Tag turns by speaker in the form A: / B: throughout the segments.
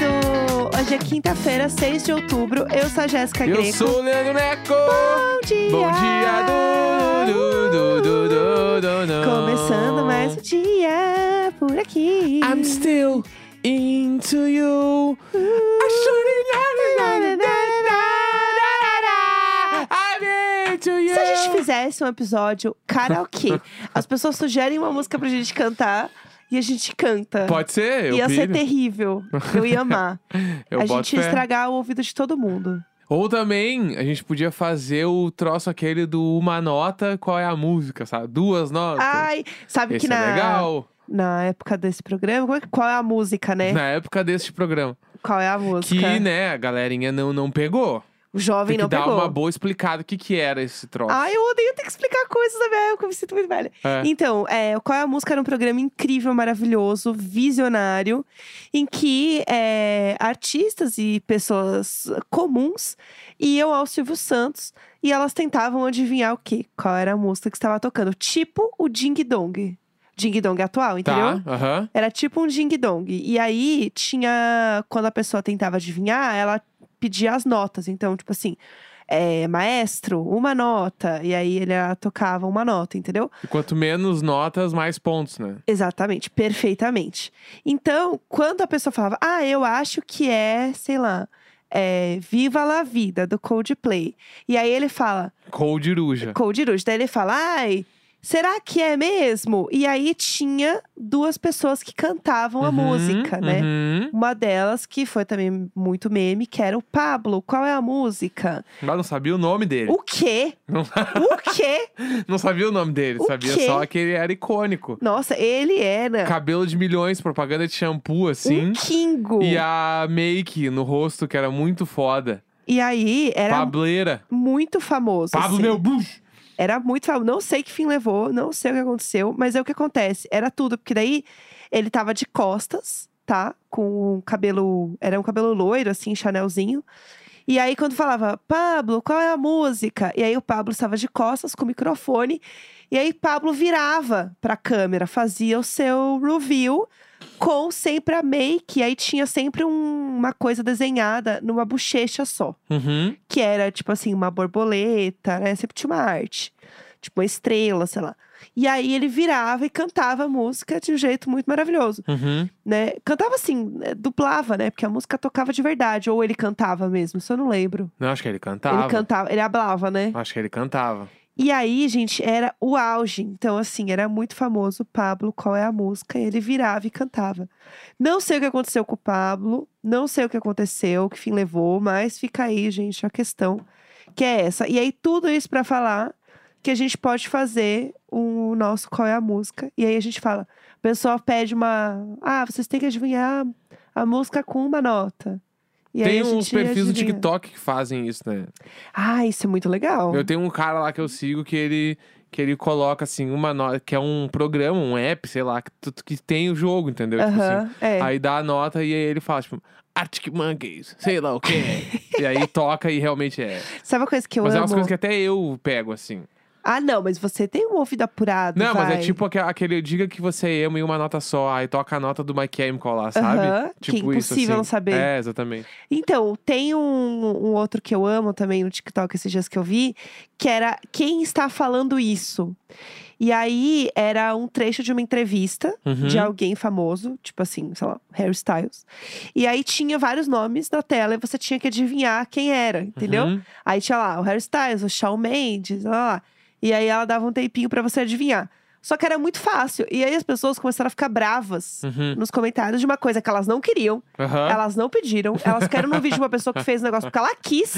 A: um
B: um Hoje é quinta-feira, 6 de outubro. Eu sou a Jéssica
A: Eu
B: Greco.
A: sou o Leandro Neco!
B: Bom dia!
A: Bom dia! Du, du, du, du, du, du.
B: Começando mais um dia por aqui.
A: I'm still into you. I shouldn't have been- I'm into you.
B: Se a gente fizesse um episódio karaokê, as pessoas sugerem uma música pra gente cantar e a gente canta.
A: Pode ser, eu
B: ia ser
A: pilho.
B: terrível. Eu ia amar.
A: Eu
B: a
A: boto
B: gente ia
A: fé.
B: estragar o ouvido de todo mundo.
A: Ou também, a gente podia fazer o troço aquele do uma nota, qual é a música, sabe? Duas notas.
B: Ai, sabe
A: Esse
B: Ah, que na,
A: é legal.
B: na época desse programa, como é que- qual é a música, né?
A: Na época deste programa.
B: Qual é a música?
A: Que, né, a galerinha não, não pegou.
B: O jovem
A: Tem que
B: não
A: dar
B: pegou. Ah,
A: uma boa explicada o que, que era esse troço.
B: Ai, eu odeio ter que explicar coisas da minha época, eu me sinto muito velha.
A: É.
B: Então, é, Qual é a Música era um programa incrível, maravilhoso, visionário, em que é, artistas e pessoas comuns iam ao Silvio Santos e elas tentavam adivinhar o quê? Qual era a música que estava tocando. Tipo o Ding Dong. Ding Dong atual, entendeu?
A: Tá, aham.
B: Era tipo um ding-dong. E aí tinha. Quando a pessoa tentava adivinhar, ela pedia as notas. Então, tipo assim, é, maestro, uma nota. E aí ele ela tocava uma nota, entendeu?
A: E Quanto menos notas, mais pontos, né?
B: Exatamente, perfeitamente. Então, quando a pessoa falava, ah, eu acho que é, sei lá. É, Viva la Vida, do Coldplay. E aí ele fala,
A: Cold Ruja.
B: Cold Rouge. Daí ele fala, ai, será que é mesmo? E aí tinha duas pessoas que cantavam a música, né?
A: Uhum.
B: Uma delas, que foi também muito meme, que era o Pablo. Qual é a música?
A: Mas não sabia o nome dele.
B: O quê?
A: Não,
B: O quê?
A: não sabia o nome dele.
B: O
A: sabia
B: quê? É.
A: só que ele era icônico.
B: Nossa, ele era
A: Cabelo de milhões, propaganda de shampoo, assim.
B: um Kingo.
A: E a make no rosto, que era muito foda.
B: E aí, era
A: Pableira.
B: muito famoso.
A: Pablo,
B: assim.
A: meu bucho.
B: Era muito famoso. Não sei que fim levou, não sei o que aconteceu, mas é o que acontece. Era tudo, porque daí ele tava de costas, tá? Com um cabelo. Era um cabelo loiro, assim, chanelzinho. E aí, quando falava, Pablo, qual é a música? E aí o Pablo estava de costas com o microfone. E aí Pablo virava pra câmera, fazia o seu review com sempre a make. E aí tinha sempre um- uma coisa desenhada numa bochecha só
A: Uhum.
B: que era tipo assim, uma borboleta, né? Sempre tinha uma arte, tipo uma estrela, sei lá. E aí ele virava e cantava a música de um jeito muito maravilhoso,
A: Uhum.
B: né? Cantava assim, né, dublava, né? Porque a música tocava de verdade, ou ele cantava mesmo, isso eu não lembro.
A: Não, acho que ele cantava.
B: Ele cantava, ele hablava, né?
A: Acho que ele cantava.
B: E aí, gente, era o auge. Então, assim, era muito famoso o Pablo, qual é a música, e ele virava e cantava. Não sei o que aconteceu com o Pablo, não sei o que aconteceu, que fim levou, mas fica aí, gente, a questão que é essa. E aí, tudo isso pra falar que a gente pode fazer o nosso qual é a música. E aí a gente fala, o pessoal pede uma. Ah, vocês têm que adivinhar a música com uma nota. E aí
A: Tem
B: a
A: uns
B: gente
A: perfis do
B: adivinha.
A: TikTok que fazem isso, né?
B: Ah, isso é muito legal.
A: Eu tenho um cara lá que eu sigo que ele que ele coloca assim uma nota, que é um programa, um app, sei lá, que, tu- que tem o jogo, entendeu? Tipo assim,
B: Aham, é.
A: Aí dá a nota e aí ele fala tipo Arctic Monkeys, sei lá o quê. e aí toca e realmente é.
B: Sabe uma coisa que eu
A: mas é
B: amo?
A: umas coisas que até eu pego assim.
B: Ah, não, mas você tem um ouvido apurado.
A: Não, mas é
B: vai.
A: tipo aque- aquele diga que você ama e uma nota só, aí toca a nota do My Chemical lá, sabe?
B: Aham, que
A: Tipo
B: é
A: isso
B: impossível
A: assim.
B: não saber.
A: É, exatamente.
B: Então, tem um, um outro que eu amo também no TikTok esses dias que eu vi, que era quem está falando isso. E aí era um trecho de uma entrevista
A: Uhum.
B: de alguém famoso, tipo assim, sei lá, Harry Styles. E aí tinha vários nomes na tela e você tinha que adivinhar quem era, entendeu?
A: Uhum.
B: Aí tinha lá o Harry Styles, o Shawn Mendes, lá, lá, lá. E aí ela dava um tempinho pra você adivinhar. Só que era muito fácil. E aí as pessoas começaram a ficar bravas
A: Uhum.
B: nos comentários de uma coisa que elas não queriam,
A: Aham.
B: elas não pediram, elas querem no vídeo de uma pessoa que fez o negócio porque ela quis.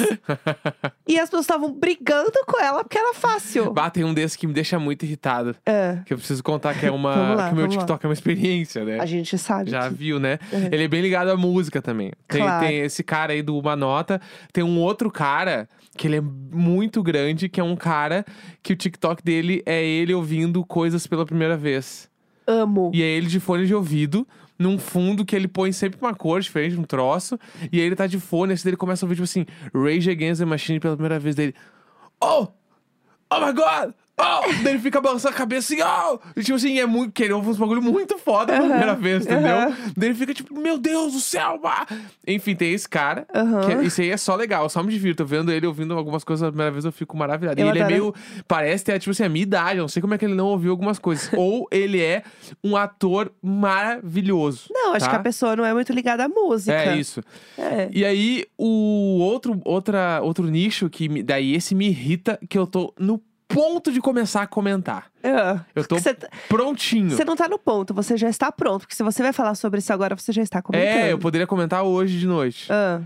B: e as pessoas estavam brigando com ela porque era fácil.
A: Bah, tem um desses que me deixa muito irritado.
B: É,
A: Que eu preciso contar que é uma.
B: Vamos lá,
A: que o meu
B: vamos lá.
A: TikTok é uma experiência, né?
B: a gente sabe.
A: Já
B: que-
A: viu, né? Ele é bem ligado à música também. Tem,
B: Claro.
A: tem esse cara aí do Uma Nota. Tem um outro cara que ele é muito grande, que é um cara que o TikTok dele é ele ouvindo coisas pela primeira vez.
B: Amo.
A: E é ele de fone de ouvido, num fundo que ele põe sempre uma cor diferente, um troço. E aí ele tá de fone, esse dele começa a ouvir, tipo assim, Rage Against the Machine pela primeira vez dele. Oh! Oh my god! Oh! Daí ele fica balançando a cabeça assim, oh! E, tipo assim, é muito. Que ele ouve uns bagulho muito foda pela
B: Aham,
A: primeira vez, entendeu?
B: aham.
A: Daí ele fica tipo, meu Deus do céu, bah! Enfim, tem esse cara.
B: Aham.
A: que é- isso aí é só legal, eu só me divirto. Eu Vendo ele ouvindo algumas coisas pela primeira vez, eu fico maravilhado.
B: Eu
A: e ele é
B: adoro.
A: meio. Parece ter, tipo assim, a minha idade. Eu não sei como é que ele não ouviu algumas coisas. Ou ele é um ator maravilhoso.
B: Não, acho
A: tá?
B: que a pessoa não é muito ligada à música.
A: É isso.
B: É.
A: E aí, o outro, outra, outro nicho que me- daí esse me irrita, que eu tô no ponto de começar a comentar.
B: Ah.
A: Eu tô
B: Você tá-
A: prontinho.
B: você não tá no ponto, você já está pronto. Porque se você vai falar sobre isso agora, você já está tá comentando.
A: é, eu poderia comentar hoje de noite.
B: Ah.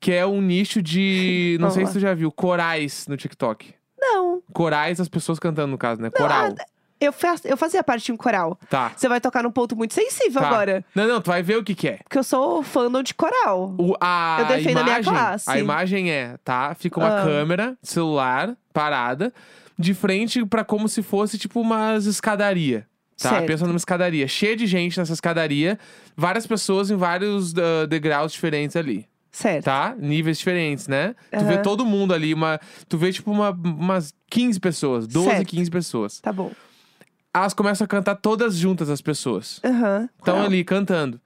A: Que é um nicho de. Não
B: Vamos
A: sei
B: lá.
A: se tu já viu, corais no TikTok.
B: Não.
A: Corais, as pessoas cantando, no caso, né? Coral.
B: Eu, fa- eu fazia parte de um coral.
A: Tá.
B: Você vai tocar num ponto muito sensível
A: tá.
B: agora.
A: Não, não, tu vai ver o que, que é.
B: Porque eu sou fandom de coral.
A: O, a
B: Eu defendo a minha
A: imagem,
B: classe.
A: A imagem é, tá? Fica uma
B: Ah.
A: câmera, celular, parada, de frente pra como se fosse, tipo, umas escadaria. Tá?
B: Certo.
A: Pensa numa escadaria. Cheia de gente nessa escadaria. Várias pessoas em vários ah, degraus diferentes ali.
B: Certo.
A: Tá? Níveis diferentes, né? Tu vê
B: Aham.
A: todo mundo ali. Uma, tu vê, tipo, uma, umas 15 pessoas. 12,
B: Certo.
A: 15 pessoas.
B: Tá bom.
A: Elas começam a cantar todas juntas, as pessoas.
B: Aham.
A: Estão
B: coral.
A: ali cantando.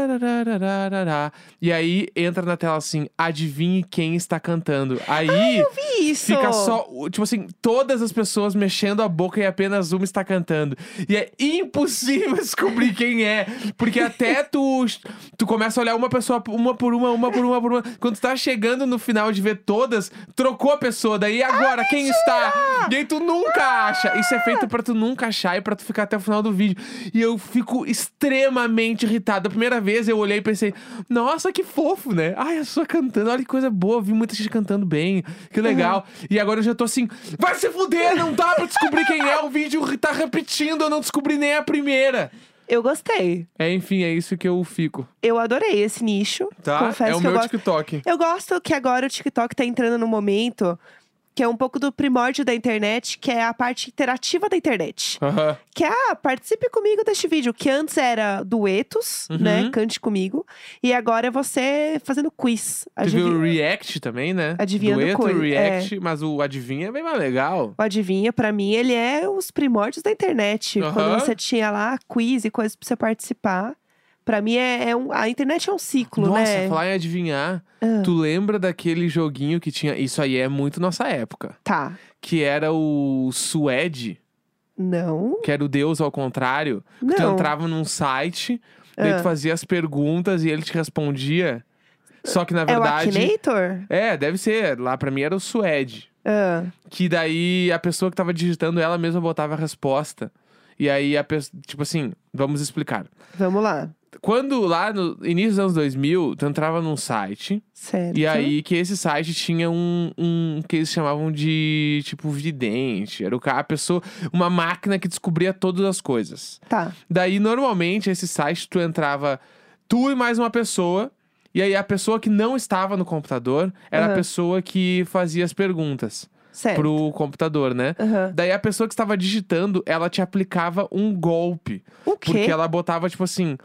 A: Arararararararará. E aí entra na tela assim, adivinhe quem está cantando. Aí
B: Vi isso.
A: fica só, o- tipo assim, todas as pessoas mexendo a boca e apenas uma está cantando. E é impossível descobrir quem é, porque até tu tu começa a olhar uma pessoa uma por uma, uma por uma por uma. Quando tu tá chegando no final de ver todas, trocou a pessoa, daí agora quem está? E aí tu nunca acha. Isso é feito pra tu nunca achar e pra tu ficar até o final do vídeo. E eu fico extremamente irritado. A primeira vez eu olhei e pensei: "Nossa, que fofo, né? Ai, a pessoa cantando, olha que coisa boa, vi muita gente cantando bem. Que legal". E agora eu já tô assim: "Vai se fuder, não dá pra descobrir quem é, o vídeo tá repetindo, eu não descobri nem a primeira".
B: Eu gostei.
A: É, enfim, é isso que eu fico.
B: Eu adorei esse nicho.
A: Tá?
B: Confesso
A: é o
B: que eu
A: meu
B: gosto.
A: TikTok.
B: Eu gosto que agora o TikTok tá entrando num momento que é um pouco do primórdio da internet, que é a parte interativa da internet.
A: Aham.
B: Que é, ah, participe comigo deste vídeo, que antes era duetos,
A: Uhum.
B: né? Cante comigo. E agora é você fazendo quiz.
A: Teve
B: Adivi-
A: o React também, né?
B: Adivinhando
A: Dueto,
B: coisa, é.
A: React, mas o Adivinha é bem mais legal.
B: O Adivinha, pra mim, ele é os primórdios da internet.
A: Aham.
B: Quando você tinha lá quiz e coisas pra você participar. Pra mim, é, é um, a internet é um ciclo,
A: Nossa,
B: né?
A: falar em adivinhar,
B: Ah.
A: tu lembra daquele joguinho que tinha. Isso aí é muito nossa época.
B: Tá.
A: Que era o Suede,
B: Não.
A: que era o Deus ao contrário. Que tu
B: Não. Ah.
A: entrava num site, daí tu fazia as perguntas e ele te respondia. Só que na
B: É o
A: verdade.
B: Akinator?
A: É, deve ser. Lá pra mim era o Suede.
B: Ah.
A: Que daí a pessoa que tava digitando, ela mesma botava a resposta. E aí a pessoa, tipo assim, vamos explicar.
B: Vamos lá.
A: Quando lá no início dos anos 2000, tu entrava num site,
B: Certo.
A: e aí que esse site tinha um, um que eles chamavam de, tipo, vidente. Era o cara, a pessoa, uma máquina que descobria todas as coisas.
B: Tá.
A: Daí, normalmente, esse site, tu entrava tu e mais uma pessoa. E aí, a pessoa que não estava no computador era a
B: Aham.
A: pessoa que fazia as perguntas
B: Certo.
A: pro computador, né?
B: Aham.
A: Daí a pessoa que estava digitando, ela te aplicava um golpe.
B: O quê?
A: Porque ela botava, tipo assim,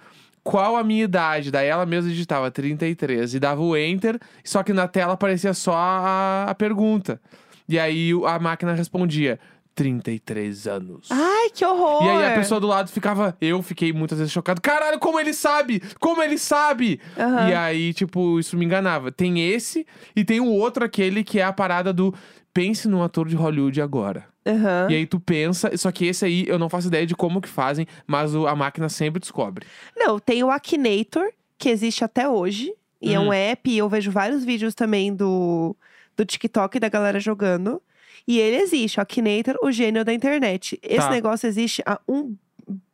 A: qual a minha idade? Daí ela mesma digitava 33 e dava o enter, só que na tela aparecia só a, a pergunta. E aí o- a máquina respondia: 33 anos.
B: Ai, que horror!
A: E aí a pessoa do lado ficava, eu fiquei muitas vezes chocado. Caralho, como ele sabe? Como ele sabe?
B: Aham.
A: E aí, tipo, isso me enganava. Tem esse e tem o outro aquele que é a parada do pense num ator de Hollywood agora.
B: Aham.
A: E aí tu pensa, só que esse aí eu não faço ideia de como que fazem, mas o- a máquina sempre descobre.
B: Não, tem o Akinator, que existe até hoje. E é um
A: Uhum.
B: app, e eu vejo vários vídeos também do, do TikTok da galera jogando. E ele existe, o Akinator, o gênio da internet. Esse
A: Tá.
B: negócio existe há um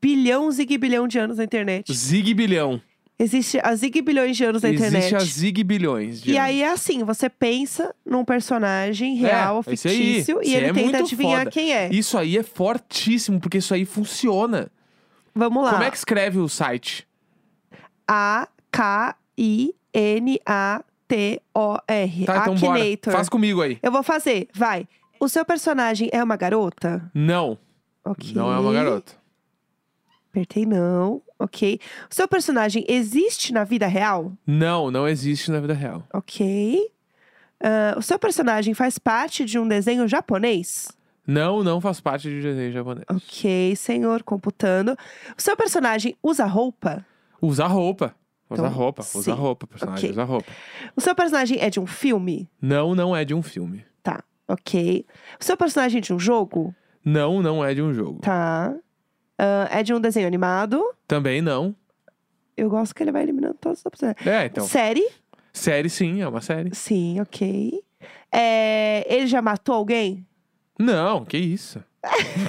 B: bilhão, zig bilhão de anos na internet.
A: Zig bilhão.
B: Existe há zig bilhões de anos na
A: Existe
B: internet.
A: a zig bilhões.
B: E aí é assim, você pensa num personagem
A: É,
B: real,
A: esse aí.
B: fictício,
A: Esse
B: e ele
A: é
B: tenta
A: muito
B: adivinhar
A: foda.
B: quem é.
A: Isso aí é fortíssimo, porque isso aí funciona.
B: Vamos lá.
A: Como é que escreve o site?
B: A-K-I-N-A-T-O-R.
A: Tá, então bora.
B: Akinator.
A: Faz comigo aí.
B: Eu vou fazer, vai. O seu personagem é uma garota?
A: Não,
B: Ok.
A: não é uma garota.
B: Apertei não, ok. O seu personagem existe na vida real?
A: Não, não existe na vida real.
B: Ok. Ah, o seu personagem faz parte de um desenho japonês?
A: Não, não faz parte de desenho japonês.
B: Ok, senhor, computando. O seu personagem usa roupa?
A: Usa roupa. Usa
B: Então,
A: roupa, usa
B: sim.
A: roupa, personagem
B: Ok.
A: usa roupa.
B: O seu personagem é de um filme?
A: Não, não é de um filme.
B: Tá, ok. O seu personagem é de um jogo?
A: Não, não é de um jogo.
B: Tá. Ahn, é de um desenho animado?
A: Também não.
B: Eu gosto que ele vai eliminando todas as opções.
A: É, então.
B: Série?
A: Série sim, é uma série.
B: Sim, ok. É, ele já matou alguém?
A: Não, que isso?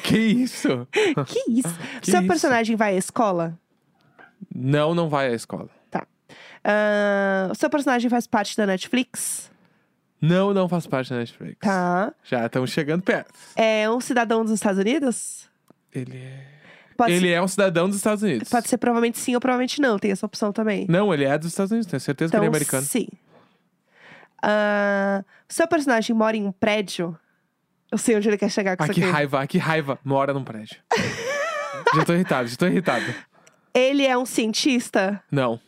A: que isso?
B: Que isso?
A: Ah, Que
B: Seu
A: isso?
B: personagem vai à escola?
A: Não, não vai à escola.
B: Ahn, o Ah, seu personagem faz parte da Netflix?
A: Não, não faz parte da Netflix.
B: Tá.
A: Já estamos chegando perto.
B: É um cidadão dos Estados Unidos?
A: Ele é.
B: Pode,
A: ele é um cidadão dos Estados Unidos.
B: ser, pode ser provavelmente sim ou provavelmente não. Tem essa opção também.
A: Não, ele é dos Estados Unidos, tenho certeza
B: então,
A: que ele é americano.
B: sim. Ahn, o seu personagem mora em um prédio? Eu sei onde ele quer chegar com
A: Ah,
B: isso
A: que
B: aqui.
A: raiva, ah, que raiva. Mora num prédio. já tô irritado, já tô irritado.
B: Ele é um cientista?
A: Não.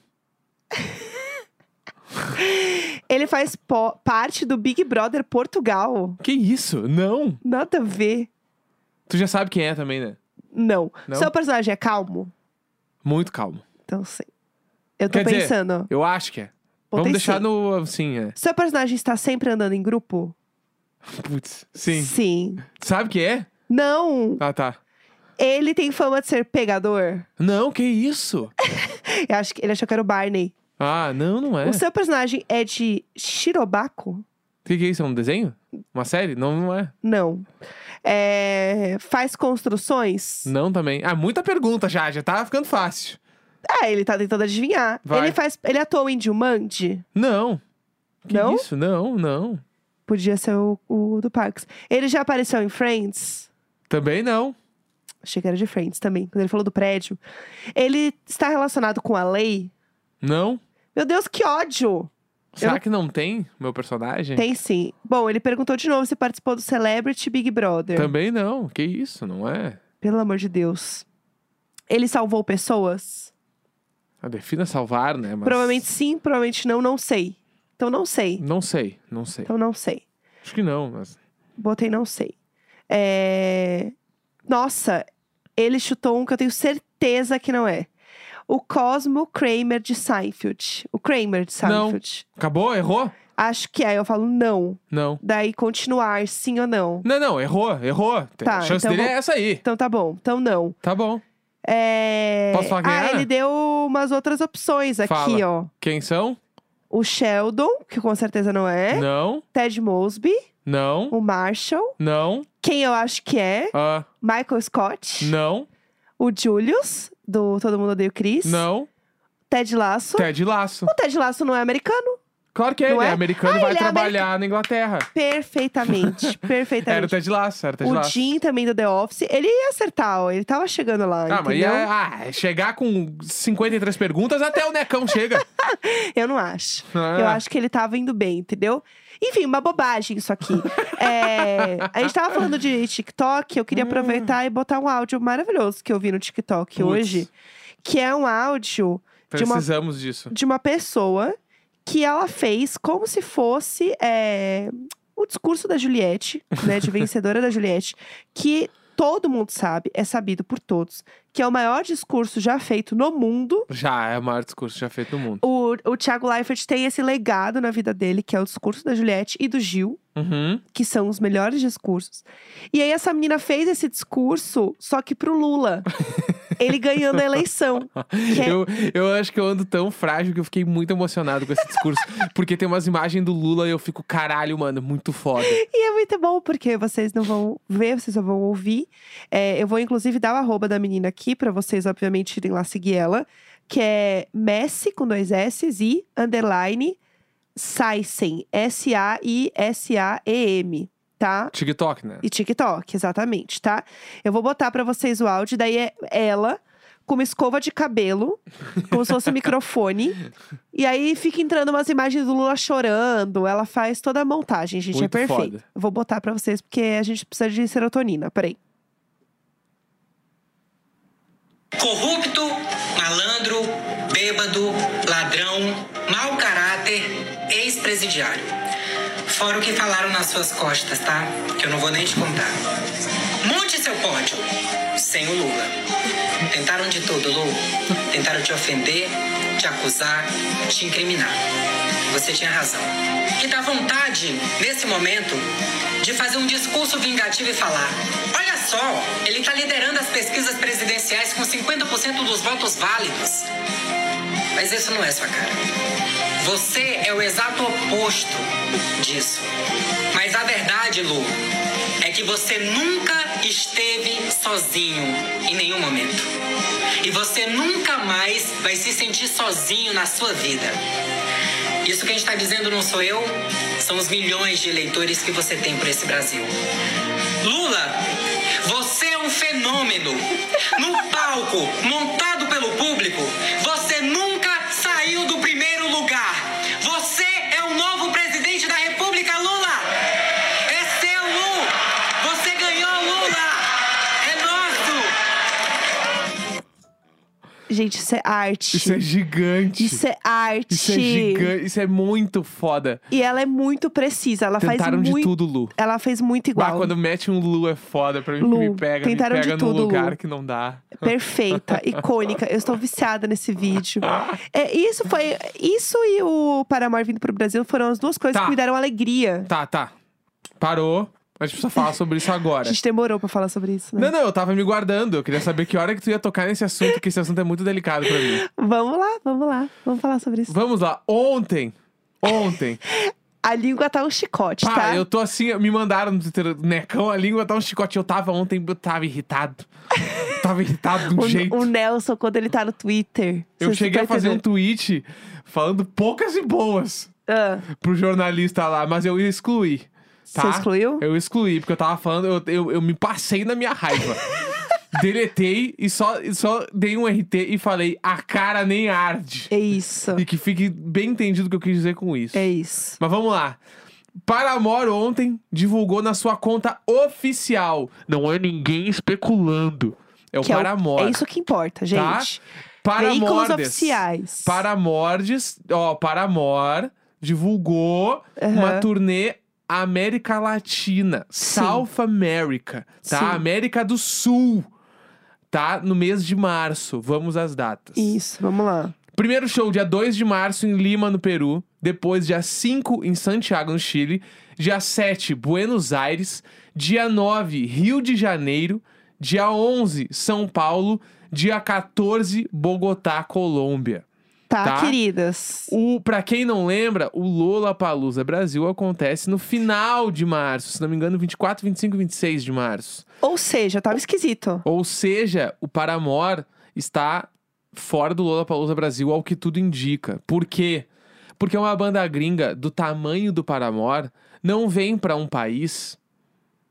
B: Ele faz po- parte do Big Brother Portugal?
A: Que isso? Não.
B: Nada a ver.
A: Tu já sabe quem é também, né?
B: Não.
A: Não?
B: Seu personagem é calmo?
A: Muito calmo.
B: Então sim. Eu tô
A: Quer dizer,
B: pensando.
A: Eu acho que é.
B: botei
A: Vamos deixar
B: sim.
A: no. Assim, é.
B: Seu personagem está sempre andando em grupo?
A: Putz. Sim.
B: Sim.
A: Sabe quem é?
B: Não!
A: Ah, tá.
B: Ele tem fama de ser pegador.
A: Não, que isso?
B: Eu acho que ele achou que era o Barney.
A: Ah, não, não é.
B: O seu personagem é de Shirobako?
A: O que, que é isso? É um desenho? Uma série? Não, não é.
B: Não. É, Faz construções?
A: Não também. Ah, muita pergunta já, já tá ficando fácil.
B: Ah, ele tá tentando adivinhar.
A: Vai.
B: Ele faz. Ele atua em Jumanji?
A: Não. Que
B: Não?
A: isso? Não, não.
B: Podia ser o, o do Parks. Ele já apareceu em Friends?
A: Também não.
B: Achei que era de Friends também, quando ele falou do prédio. Ele está relacionado com a lei?
A: Não.
B: Meu Deus, que ódio!
A: Será
B: não-
A: que não tem meu personagem?
B: Tem sim. Bom, ele perguntou de novo se participou do Celebrity Big Brother.
A: Também não. Que isso? Não é.
B: Pelo amor de Deus. Ele salvou pessoas?
A: A Ah, defina salvar, né? Mas...
B: Provavelmente sim, provavelmente não, não sei. Então não sei.
A: Não sei, não sei.
B: Então não sei.
A: Acho que não, mas.
B: Botei não sei. É... Nossa, ele chutou um que eu tenho certeza que não é. O Cosmo Kramer de Seinfeld. O Kramer de
A: Não.
B: Seinfeld.
A: Acabou? Errou?
B: Acho que é. Eu falo não.
A: Não.
B: Daí continuar, sim ou não.
A: Não, não, errou, errou.
B: Tá,
A: a chance
B: então
A: dele
B: vou-
A: é essa aí.
B: Então tá bom. Então não.
A: Tá bom.
B: É...
A: Posso falar quem
B: Ah,
A: era?
B: ele deu umas outras opções aqui,
A: Fala.
B: ó.
A: Quem são?
B: O Sheldon, que com certeza não é.
A: Não,
B: Ted Mosby,
A: não,
B: o Marshall.
A: não,
B: Quem eu acho que é?
A: ah,
B: Michael Scott.
A: não,
B: O Julius, do Todo Mundo Odeia o Chris.
A: não.
B: Ted Lasso.
A: Ted Laço.
B: O Ted Lasso não é americano?
A: Claro que é,
B: Não
A: ele é
B: é?
A: americano e
B: Ah,
A: vai
B: ele é
A: trabalhar na Inglaterra.
B: Perfeitamente.
A: Era o
B: perfeitamente.
A: Ted Laço, era o Ted
B: Então, o
A: Laço.
B: Jim também do The Office. Ele ia acertar, ó. Ele tava chegando lá,
A: Ah, mas
B: entendeu?
A: ia- ah, chegar com 53 perguntas, até o Necão chega.
B: Eu não acho.
A: Ah.
B: Eu acho que ele tava indo bem, entendeu? Enfim, uma bobagem isso aqui. É, a gente tava falando de TikTok, eu queria aproveitar e botar um áudio maravilhoso que eu vi no TikTok
A: Hum. Putz.
B: hoje, que é um áudio de uma,
A: Precisamos disso.
B: de uma pessoa que ela fez como se fosse é, o discurso da Juliette, né, de vencedora da Juliette, que todo mundo sabe, é sabido por todos, que é o maior discurso já feito no mundo.
A: Já, é o maior discurso já feito no mundo.
B: O, o Thiago Leifert tem esse legado na vida dele, que é o discurso da Juliette e do Gil,
A: Uhum.
B: que são os melhores discursos. E aí essa menina fez esse discurso, só que pro Lula. ele ganhando a eleição. Que- é-
A: Eu, eu acho que eu ando tão frágil que eu fiquei muito emocionado com esse discurso. porque tem umas imagens do Lula e eu fico, caralho, mano, muito foda.
B: E é muito bom, porque vocês não vão ver, vocês só vão ouvir. É, eu vou, inclusive, dar o arroba da menina aqui, pra vocês, obviamente, irem lá seguir ela. Que é Messi, com dois S's, e underline Saisen. S-A-I-S-A-E-M, tá?
A: TikTok, né?
B: E TikTok, exatamente, tá? Eu vou botar pra vocês o áudio, daí é ela com uma escova de cabelo, como se fosse um microfone. E aí fica entrando umas imagens do Lula chorando, ela faz toda a montagem, gente,
A: Muito
B: é perfeito.
A: foda.
B: Eu Vou botar pra vocês porque a gente precisa de serotonina, peraí.
C: Corrupto, malandro, bêbado, ladrão, mau caráter, ex-presidiário. Fora o que falaram nas suas costas, tá? Que eu não vou nem te contar. Monte seu pódio sem o Lula. Tentaram de tudo, Lu. Tentaram te ofender, te acusar, te incriminar. Você tinha razão. E dá vontade, nesse momento, de fazer um discurso vingativo e falar: Olha só, ele tá liderando as pesquisas presidenciais com 50% dos votos válidos. Mas isso não é sua cara. Você é o exato oposto disso. Mas a verdade, Lu, é que você nunca esteve sozinho em nenhum momento. E você nunca mais vai se sentir sozinho na sua vida. Isso que a gente está dizendo não sou eu, são os milhões de eleitores que você tem por esse Brasil. Lula, você é um fenômeno. No palco, montado pelo público, você nunca saiu do primeiro lugar. Você é o novo presidente da República, Lula. É seu, Lu. Você ganhou, Lula. É nosso.
B: Gente, isso é arte.
A: Isso é gigante.
B: Isso é arte.
A: Isso é gigante. Isso é muito foda.
B: E ela é muito precisa. Ela
A: Tentaram
B: faz
A: de
B: muito.
A: tudo, Lu.
B: Ela fez muito
A: Bah,
B: igual.
A: quando mete um Lu é foda pra mim.
B: Lu,
A: me pega, me
B: tentaram de
A: pega num
B: tudo, Lu.
A: lugar que não dá.
B: Perfeita, icônica. Eu estou viciada nesse vídeo. É, isso foi. Isso e o Paramore vindo pro Brasil foram as duas coisas
A: Tá.
B: que me deram alegria.
A: Tá, tá. Parou. A gente precisa falar sobre isso
B: A
A: agora.
B: gente demorou pra falar sobre isso, né?
A: Não, não, eu tava me guardando. Eu queria saber que hora que tu ia tocar nesse assunto, porque esse assunto é muito delicado pra mim.
B: Vamos lá, vamos lá. Vamos falar sobre isso.
A: Vamos lá. Ontem. Ontem.
B: A língua tá um chicote,
A: Pá,
B: tá?
A: eu tô assim, me mandaram no Twitter, necão, a língua tá um chicote. Eu tava ontem, eu tava irritado. tava irritado de um jeito.
B: O, o Nelson, quando ele tá no Twitter.
A: eu
B: vocês
A: cheguei
B: não
A: a
B: estão
A: fazer um
B: entendendo.
A: tweet falando poucas e boas
B: Ah,
A: pro jornalista lá, mas eu excluí. Tá?
B: Você excluiu?
A: Eu excluí, porque eu tava falando, eu, eu, eu me passei na minha raiva. Deletei e só, e só dei um RT e falei, a cara nem arde.
B: é isso.
A: E que fique bem entendido o que eu quis dizer com isso.
B: É isso.
A: Mas vamos lá. Paramore ontem divulgou na sua conta oficial. Não é ninguém especulando. É o
B: Que é, o-
A: Paramore.
B: é isso que importa,
A: Tá?
B: gente. Veículos
A: Paramordes.
B: oficiais.
A: Paramordes, ó, Paramore divulgou uma turnê América Latina, South America, tá?
B: Sim.
A: América do Sul. Tá? No mês de março. Vamos às datas.
B: Isso, vamos lá.
A: Primeiro show, dia 2 de março, em Lima, no Peru. Depois, dia 5, em Santiago, no Chile. Dia 7, Buenos Aires. Dia 9, Rio de Janeiro. Dia 11, São Paulo. Dia 14, Bogotá, Colômbia.
B: Tá,
A: Tá.
B: queridas.
A: O, pra quem não lembra, o Lola Palusa Brasil acontece no final de março. Se não me engano, 24, 25 e 26 de março.
B: Ou seja, tava esquisito.
A: Ou seja, o Paramore está fora do Lollapalooza Brasil, ao que tudo indica. Por quê? Porque uma banda gringa do tamanho do Paramore não vem para um país,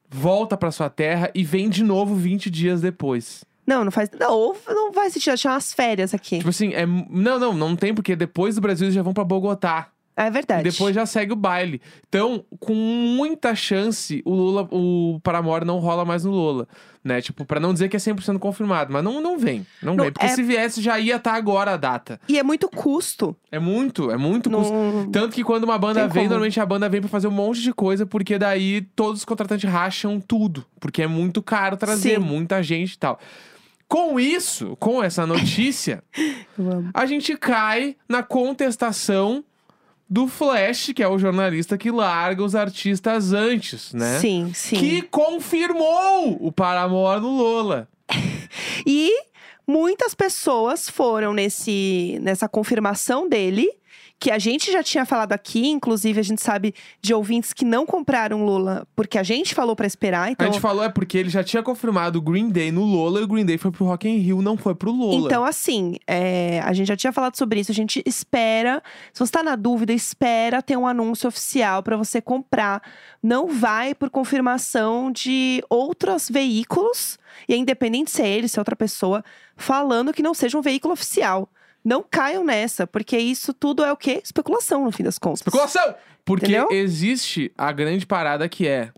A: volta para sua terra e vem de novo 20 dias depois.
B: Não, não faz. Não, ou não vai sentido. Ela tinha umas férias aqui.
A: Tipo assim, é, não, não, não tem porque depois do Brasil eles já vão para Bogotá.
B: é verdade.
A: E depois já segue o baile. Então, com muita chance, o Lula, o Paramore não rola mais no Lula, né? Tipo, pra não dizer que é 100% confirmado, mas não, não vem, não,
B: Não,
A: vem, porque
B: é-
A: se viesse já ia estar agora a data.
B: E é muito custo.
A: É muito, é muito custo.
B: Não-
A: Tanto que quando uma banda
B: Tem
A: vem,
B: como.
A: normalmente a banda vem pra fazer um monte de coisa, porque daí todos os contratantes racham tudo, porque é muito caro trazer
B: Sim.
A: muita gente e tal. Com isso, com essa notícia,
B: Eu amo.
A: a gente cai na contestação do Flash, que é o jornalista que larga os artistas antes, né?
B: Sim, sim.
A: Que confirmou o Paramore no Lola.
B: E muitas pessoas foram nesse, nessa confirmação dele, que a gente já tinha falado aqui, inclusive a gente sabe de ouvintes que não compraram Lula, porque a gente falou pra esperar,
A: A
B: então
A: gente falou é porque ele já tinha confirmado o Green Day no Lola e o Green Day foi pro Rock in Rio, não foi pro Lola.
B: Então, assim, é, a gente já tinha falado sobre isso. A gente espera. Se você tá na dúvida, espera ter um anúncio oficial para você comprar. Não vai por confirmação de outros veículos, e é independente se é ele, se é outra pessoa, falando que não seja um veículo oficial. Não caiam nessa, porque isso tudo é o quê? Especulação, no fim das contas.
A: Especulação! Porque
B: Entendeu?
A: existe a grande parada que é.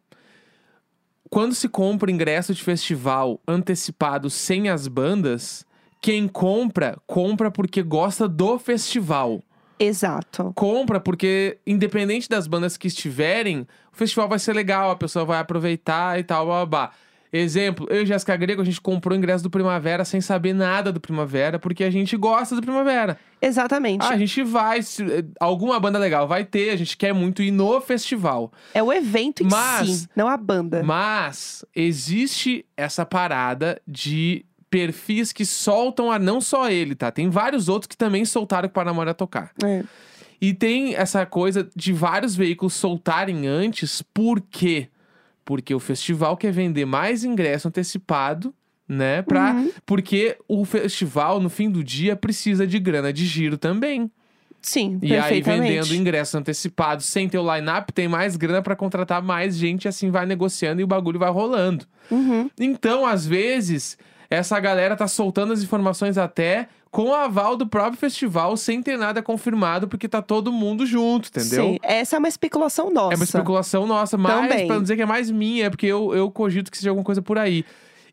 A: Quando se compra ingresso de festival antecipado sem as bandas, quem compra, compra porque gosta do festival.
B: Exato.
A: compra, porque independente das bandas que estiverem, o festival vai ser legal, a pessoa vai aproveitar e tal, blá, blá, blá. Exemplo, eu e Jéssica Grego, a gente comprou o ingresso do Primavera sem saber nada do Primavera, porque a gente gosta do Primavera.
B: Exatamente.
A: Ah, a gente vai, se, eh, alguma banda legal vai ter, a gente quer muito ir no festival.
B: É o evento em
A: Mas-
B: si, não a banda.
A: Mas existe essa parada de perfis que soltam a não só ele, tá? Tem vários outros que também soltaram para namorar tocar.
B: É.
A: E tem essa coisa de vários veículos soltarem antes, por quê? Porque o festival quer vender mais ingresso antecipado, né? Pra, Porque o festival, no fim do dia, precisa de grana de giro também.
B: Sim,
A: E aí,
B: perfeitamente.
A: vendendo ingresso antecipado sem ter o line-up, tem mais grana pra contratar mais gente, assim vai negociando e o bagulho vai rolando.
B: Uhum.
A: Então, às vezes, essa galera tá soltando as informações até com o aval do próprio festival, sem ter nada confirmado, porque tá todo mundo junto, entendeu?
B: Sim, essa é uma especulação nossa.
A: É uma especulação nossa, mas
B: Também.
A: pra não dizer que é mais minha, é porque eu, eu cogito que seja alguma coisa por aí.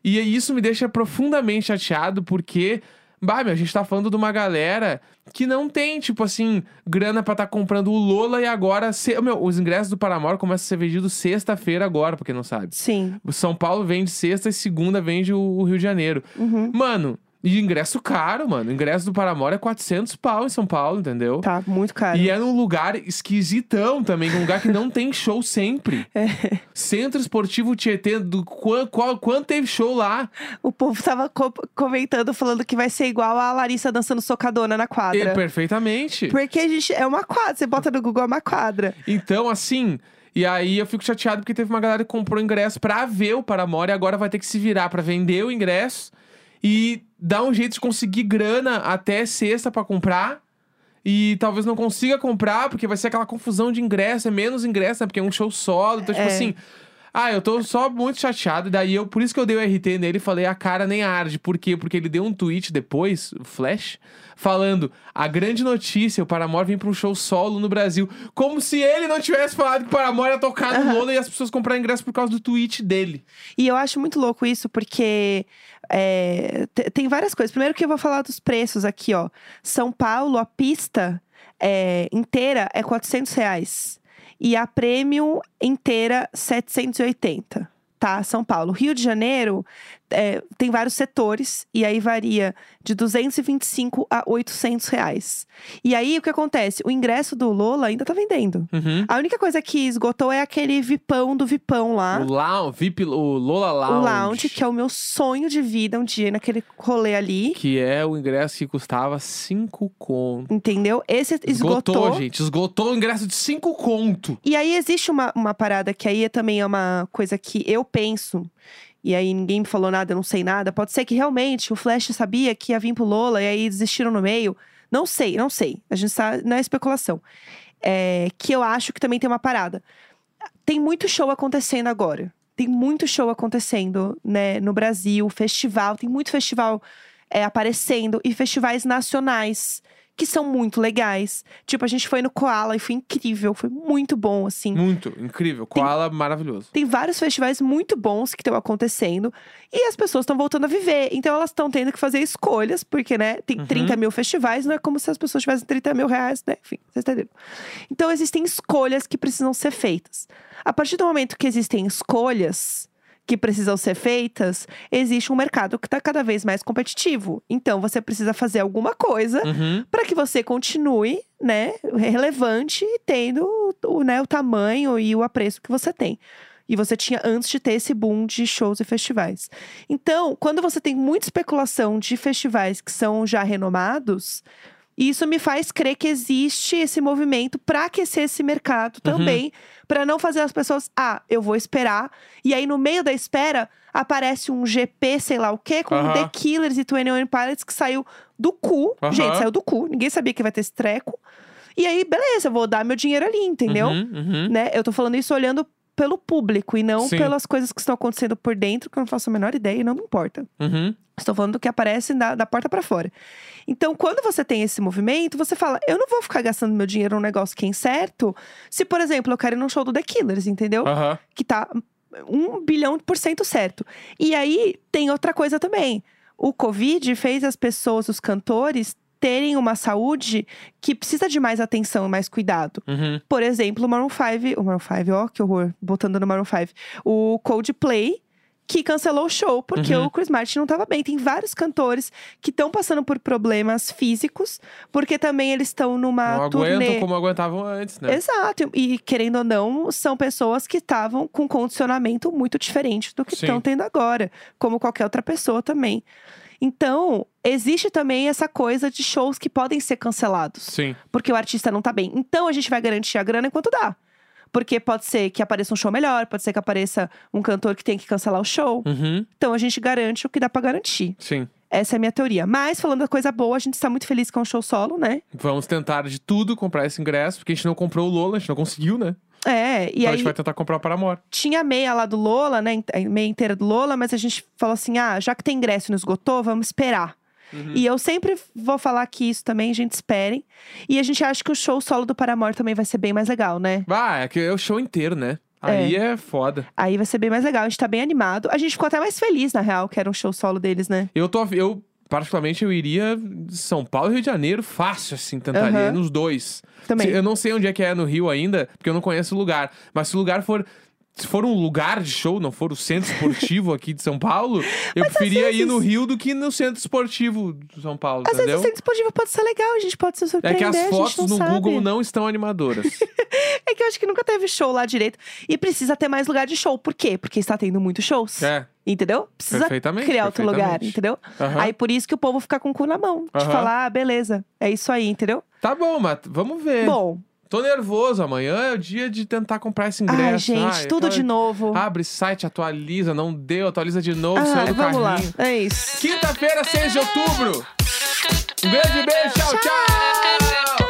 A: E isso me deixa profundamente chateado, porque, bah, meu, a gente tá falando de uma galera que não tem, tipo assim, grana pra tá comprando o Lola e agora. Se... Meu, os ingressos do Paramore começam a ser vendidos sexta-feira agora, pra quem não sabe.
B: Sim.
A: O São Paulo vende sexta e segunda vende o, o Rio de Janeiro.
B: Uhum.
A: Mano, e ingresso caro, mano. O ingresso do Paramore é 400 pau em São Paulo, entendeu?
B: Tá, muito caro.
A: E é num lugar esquisitão também, um lugar que não tem show sempre. Centro Esportivo Tietê, do, qual, qual, quando teve show lá?
B: O povo tava co- comentando, falando que vai ser igual a Larissa dançando socadona na
A: E-
B: quadra.
A: perfeitamente.
B: Porque a gente é uma quadra, você bota no Google é uma quadra.
A: Então, assim, e aí eu fico chateado porque teve uma galera que comprou ingresso pra ver o Paramore e agora vai ter que se virar pra vender o ingresso e dar um jeito de conseguir grana até sexta pra comprar. E talvez não consiga comprar, porque vai ser aquela confusão de ingresso, é menos ingresso, né? Porque é um show solo. Então, tipo
B: É.
A: assim. Ah, eu tô só muito chateado. Daí eu, por isso que eu dei o RT nele e falei a cara nem arde. Por quê? Porque ele deu um tweet depois, o flash, falando: a grande notícia, o Paramore vem pra um show solo no Brasil. Como se ele não tivesse falado que o Paramore ia tocar no Lola e as pessoas comprar ingresso por causa do tweet dele.
B: E eu acho muito louco isso, porque é, te- tem várias coisas. Primeiro que eu vou falar dos preços aqui, ó. São Paulo, a pista é, inteira é 400 reais. E a Premium inteira, 780, tá? São Paulo. Rio de Janeiro é, tem vários setores, e aí varia de 225 a 800 reais. E aí, o que acontece? O ingresso do Lola ainda tá vendendo.
A: Uhum.
B: A única coisa que esgotou é aquele vipão do vipão lá.
A: O, Lou- VIP, o Lola Lounge.
B: O lounge, que é o meu sonho de vida um dia ir naquele rolê ali.
A: que é o ingresso que custava 5 conto.
B: Entendeu? Esse esgotou.
A: gente. Esgotou o ingresso de 5 conto.
B: E aí existe uma, uma parada que aí é também é uma coisa que eu penso. E aí ninguém me falou nada, eu não sei nada. Pode ser que realmente o Flash sabia que ia vir pro Lola e aí desistiram no meio. Não sei, não sei. A gente tá na especulação. É, que eu acho que também tem uma parada. Tem muito show acontecendo agora. Tem muito show acontecendo, né? No Brasil, festival. Tem muito festival é, aparecendo. E festivais nacionais, que são muito legais. Tipo, a gente foi no Koala e foi incrível. Foi muito bom, assim.
A: Muito, incrível. Koala, maravilhoso.
B: Tem vários festivais muito bons que estão acontecendo e as pessoas estão voltando a viver. Então elas estão tendo que fazer escolhas, porque, né, tem 30 mil festivais, não é como se as pessoas tivessem 30 mil reais, né? Enfim, vocês entenderam. Então existem escolhas que precisam ser feitas. A partir do momento que existem escolhas que precisam ser feitas, existe um mercado que está cada vez mais competitivo. Então você precisa fazer alguma coisa
A: Uhum.
B: para que você continue, né, relevante e tendo o, né, o tamanho e o apreço que você tem. E você tinha antes de ter esse boom de shows e festivais. Então, quando você tem muita especulação de festivais que são já renomados, isso me faz crer que existe esse movimento para aquecer esse mercado também, para não fazer as pessoas, ah, eu vou esperar. E aí no meio da espera aparece um GP, sei lá o quê, com um
A: Aham.
B: The Killers e 21 Pilots que saiu do cu.
A: Aham.
B: Gente, saiu do cu. Ninguém sabia que vai ter esse treco. E aí, beleza, eu vou dar meu dinheiro ali, entendeu?
A: Uhum, uhum.
B: Né? Eu tô falando isso olhando pelo público e não
A: Sim.
B: pelas coisas que estão acontecendo por dentro, que eu não faço a menor ideia e não me importa.
A: Uhum.
B: Estou falando do que aparece da, da porta para fora. Então, quando você tem esse movimento, você fala: eu não vou ficar gastando meu dinheiro num negócio que é incerto. Se, por exemplo, eu quero ir num show do The Killers, entendeu?
A: Aham.
B: que tá um bilhão por cento certo. E aí tem outra coisa também. O Covid fez as pessoas, os cantores, terem uma saúde que precisa de mais atenção e mais cuidado.
A: Uhum.
B: Por exemplo, o Maroon 5, o Maroon 5, ó, que horror, botando no Maroon 5. O Coldplay, que cancelou o show porque
A: Uhum.
B: o Chris Martin não tava bem. Tem vários cantores que estão passando por problemas físicos, porque também eles estão numa
A: Não
B: Ah, turnê.
A: aguentam como aguentavam antes, né?
B: Exato, e querendo ou não, são pessoas que estavam com condicionamento muito diferente do que
A: Sim.
B: estão tendo agora, como qualquer outra pessoa também. Então, existe também essa coisa de shows que podem ser cancelados
A: Sim.
B: porque o artista não tá bem. Então a gente vai garantir a grana enquanto dá. Porque pode ser que apareça um show melhor, pode ser que apareça um cantor que tem que cancelar o show.
A: Uhum.
B: Então a gente garante o que dá pra garantir.
A: Sim.
B: Essa é a minha teoria. Mas falando da coisa boa, a gente está muito feliz com o show solo, né?
A: Vamos tentar de tudo comprar esse ingresso, porque a gente não comprou o Lola, a gente não conseguiu, né?
B: É, e
A: então a
B: aí
A: gente vai tentar comprar o Paramore.
B: tinha a meia lá do Lola, né? A meia inteira do Lola, mas a gente falou assim: ah, já que tem ingresso e não esgotou, vamos esperar.
A: Uhum.
B: E eu sempre vou falar que isso também, gente, esperem. E a gente acha que o show solo do Paramore também vai ser bem mais legal, né?
A: Ah, é que é o show inteiro, né? Aí é foda.
B: Aí vai ser bem mais legal, a gente tá bem animado. A gente ficou até mais feliz, na real, que era um show solo deles, né?
A: Eu tô. Eu, particularmente, eu iria de São Paulo e Rio de Janeiro, fácil, assim, tentaria
B: Aham.
A: nos dois.
B: Também.
A: Se- Eu não sei onde é que é no Rio ainda, porque eu não conheço o lugar. Mas se o lugar for. Se for um lugar de show, não for o centro esportivo aqui de São Paulo, eu preferia ir no Rio do que no centro esportivo de São Paulo,
B: Às vezes
A: entendeu?
B: o centro esportivo pode ser legal, a gente pode se
A: É
B: surpreender,
A: que as
B: a
A: fotos
B: gente
A: no
B: não sabe.
A: Google né? não estão animadoras.
B: É que eu acho que nunca teve show lá direito. E precisa ter mais lugar de show. Por quê? Porque está tendo muitos shows.
A: é.
B: Entendeu? Precisa
A: Perfeitamente,
B: criar outro lugar,
A: perfeitamente.
B: entendeu?
A: Aham.
B: Aí por isso que o povo fica com o cu na mão. De
A: Aham.
B: falar, ah, beleza, é isso aí, entendeu?
A: Tá bom, mas vamos ver.
B: Bom,
A: Tô nervoso. Amanhã é o dia de tentar comprar esse ingresso.
B: ai, gente,
A: Ai, Ah,
B: tudo
A: aquela-
B: de novo.
A: Abre site, atualiza, não deu, atualiza de novo,
B: Ah,
A: saiu do
B: vamos lá.
A: carrinho.
B: É isso.
A: Quinta-feira, 6 de outubro. Um grande beijo, tchau. tchau.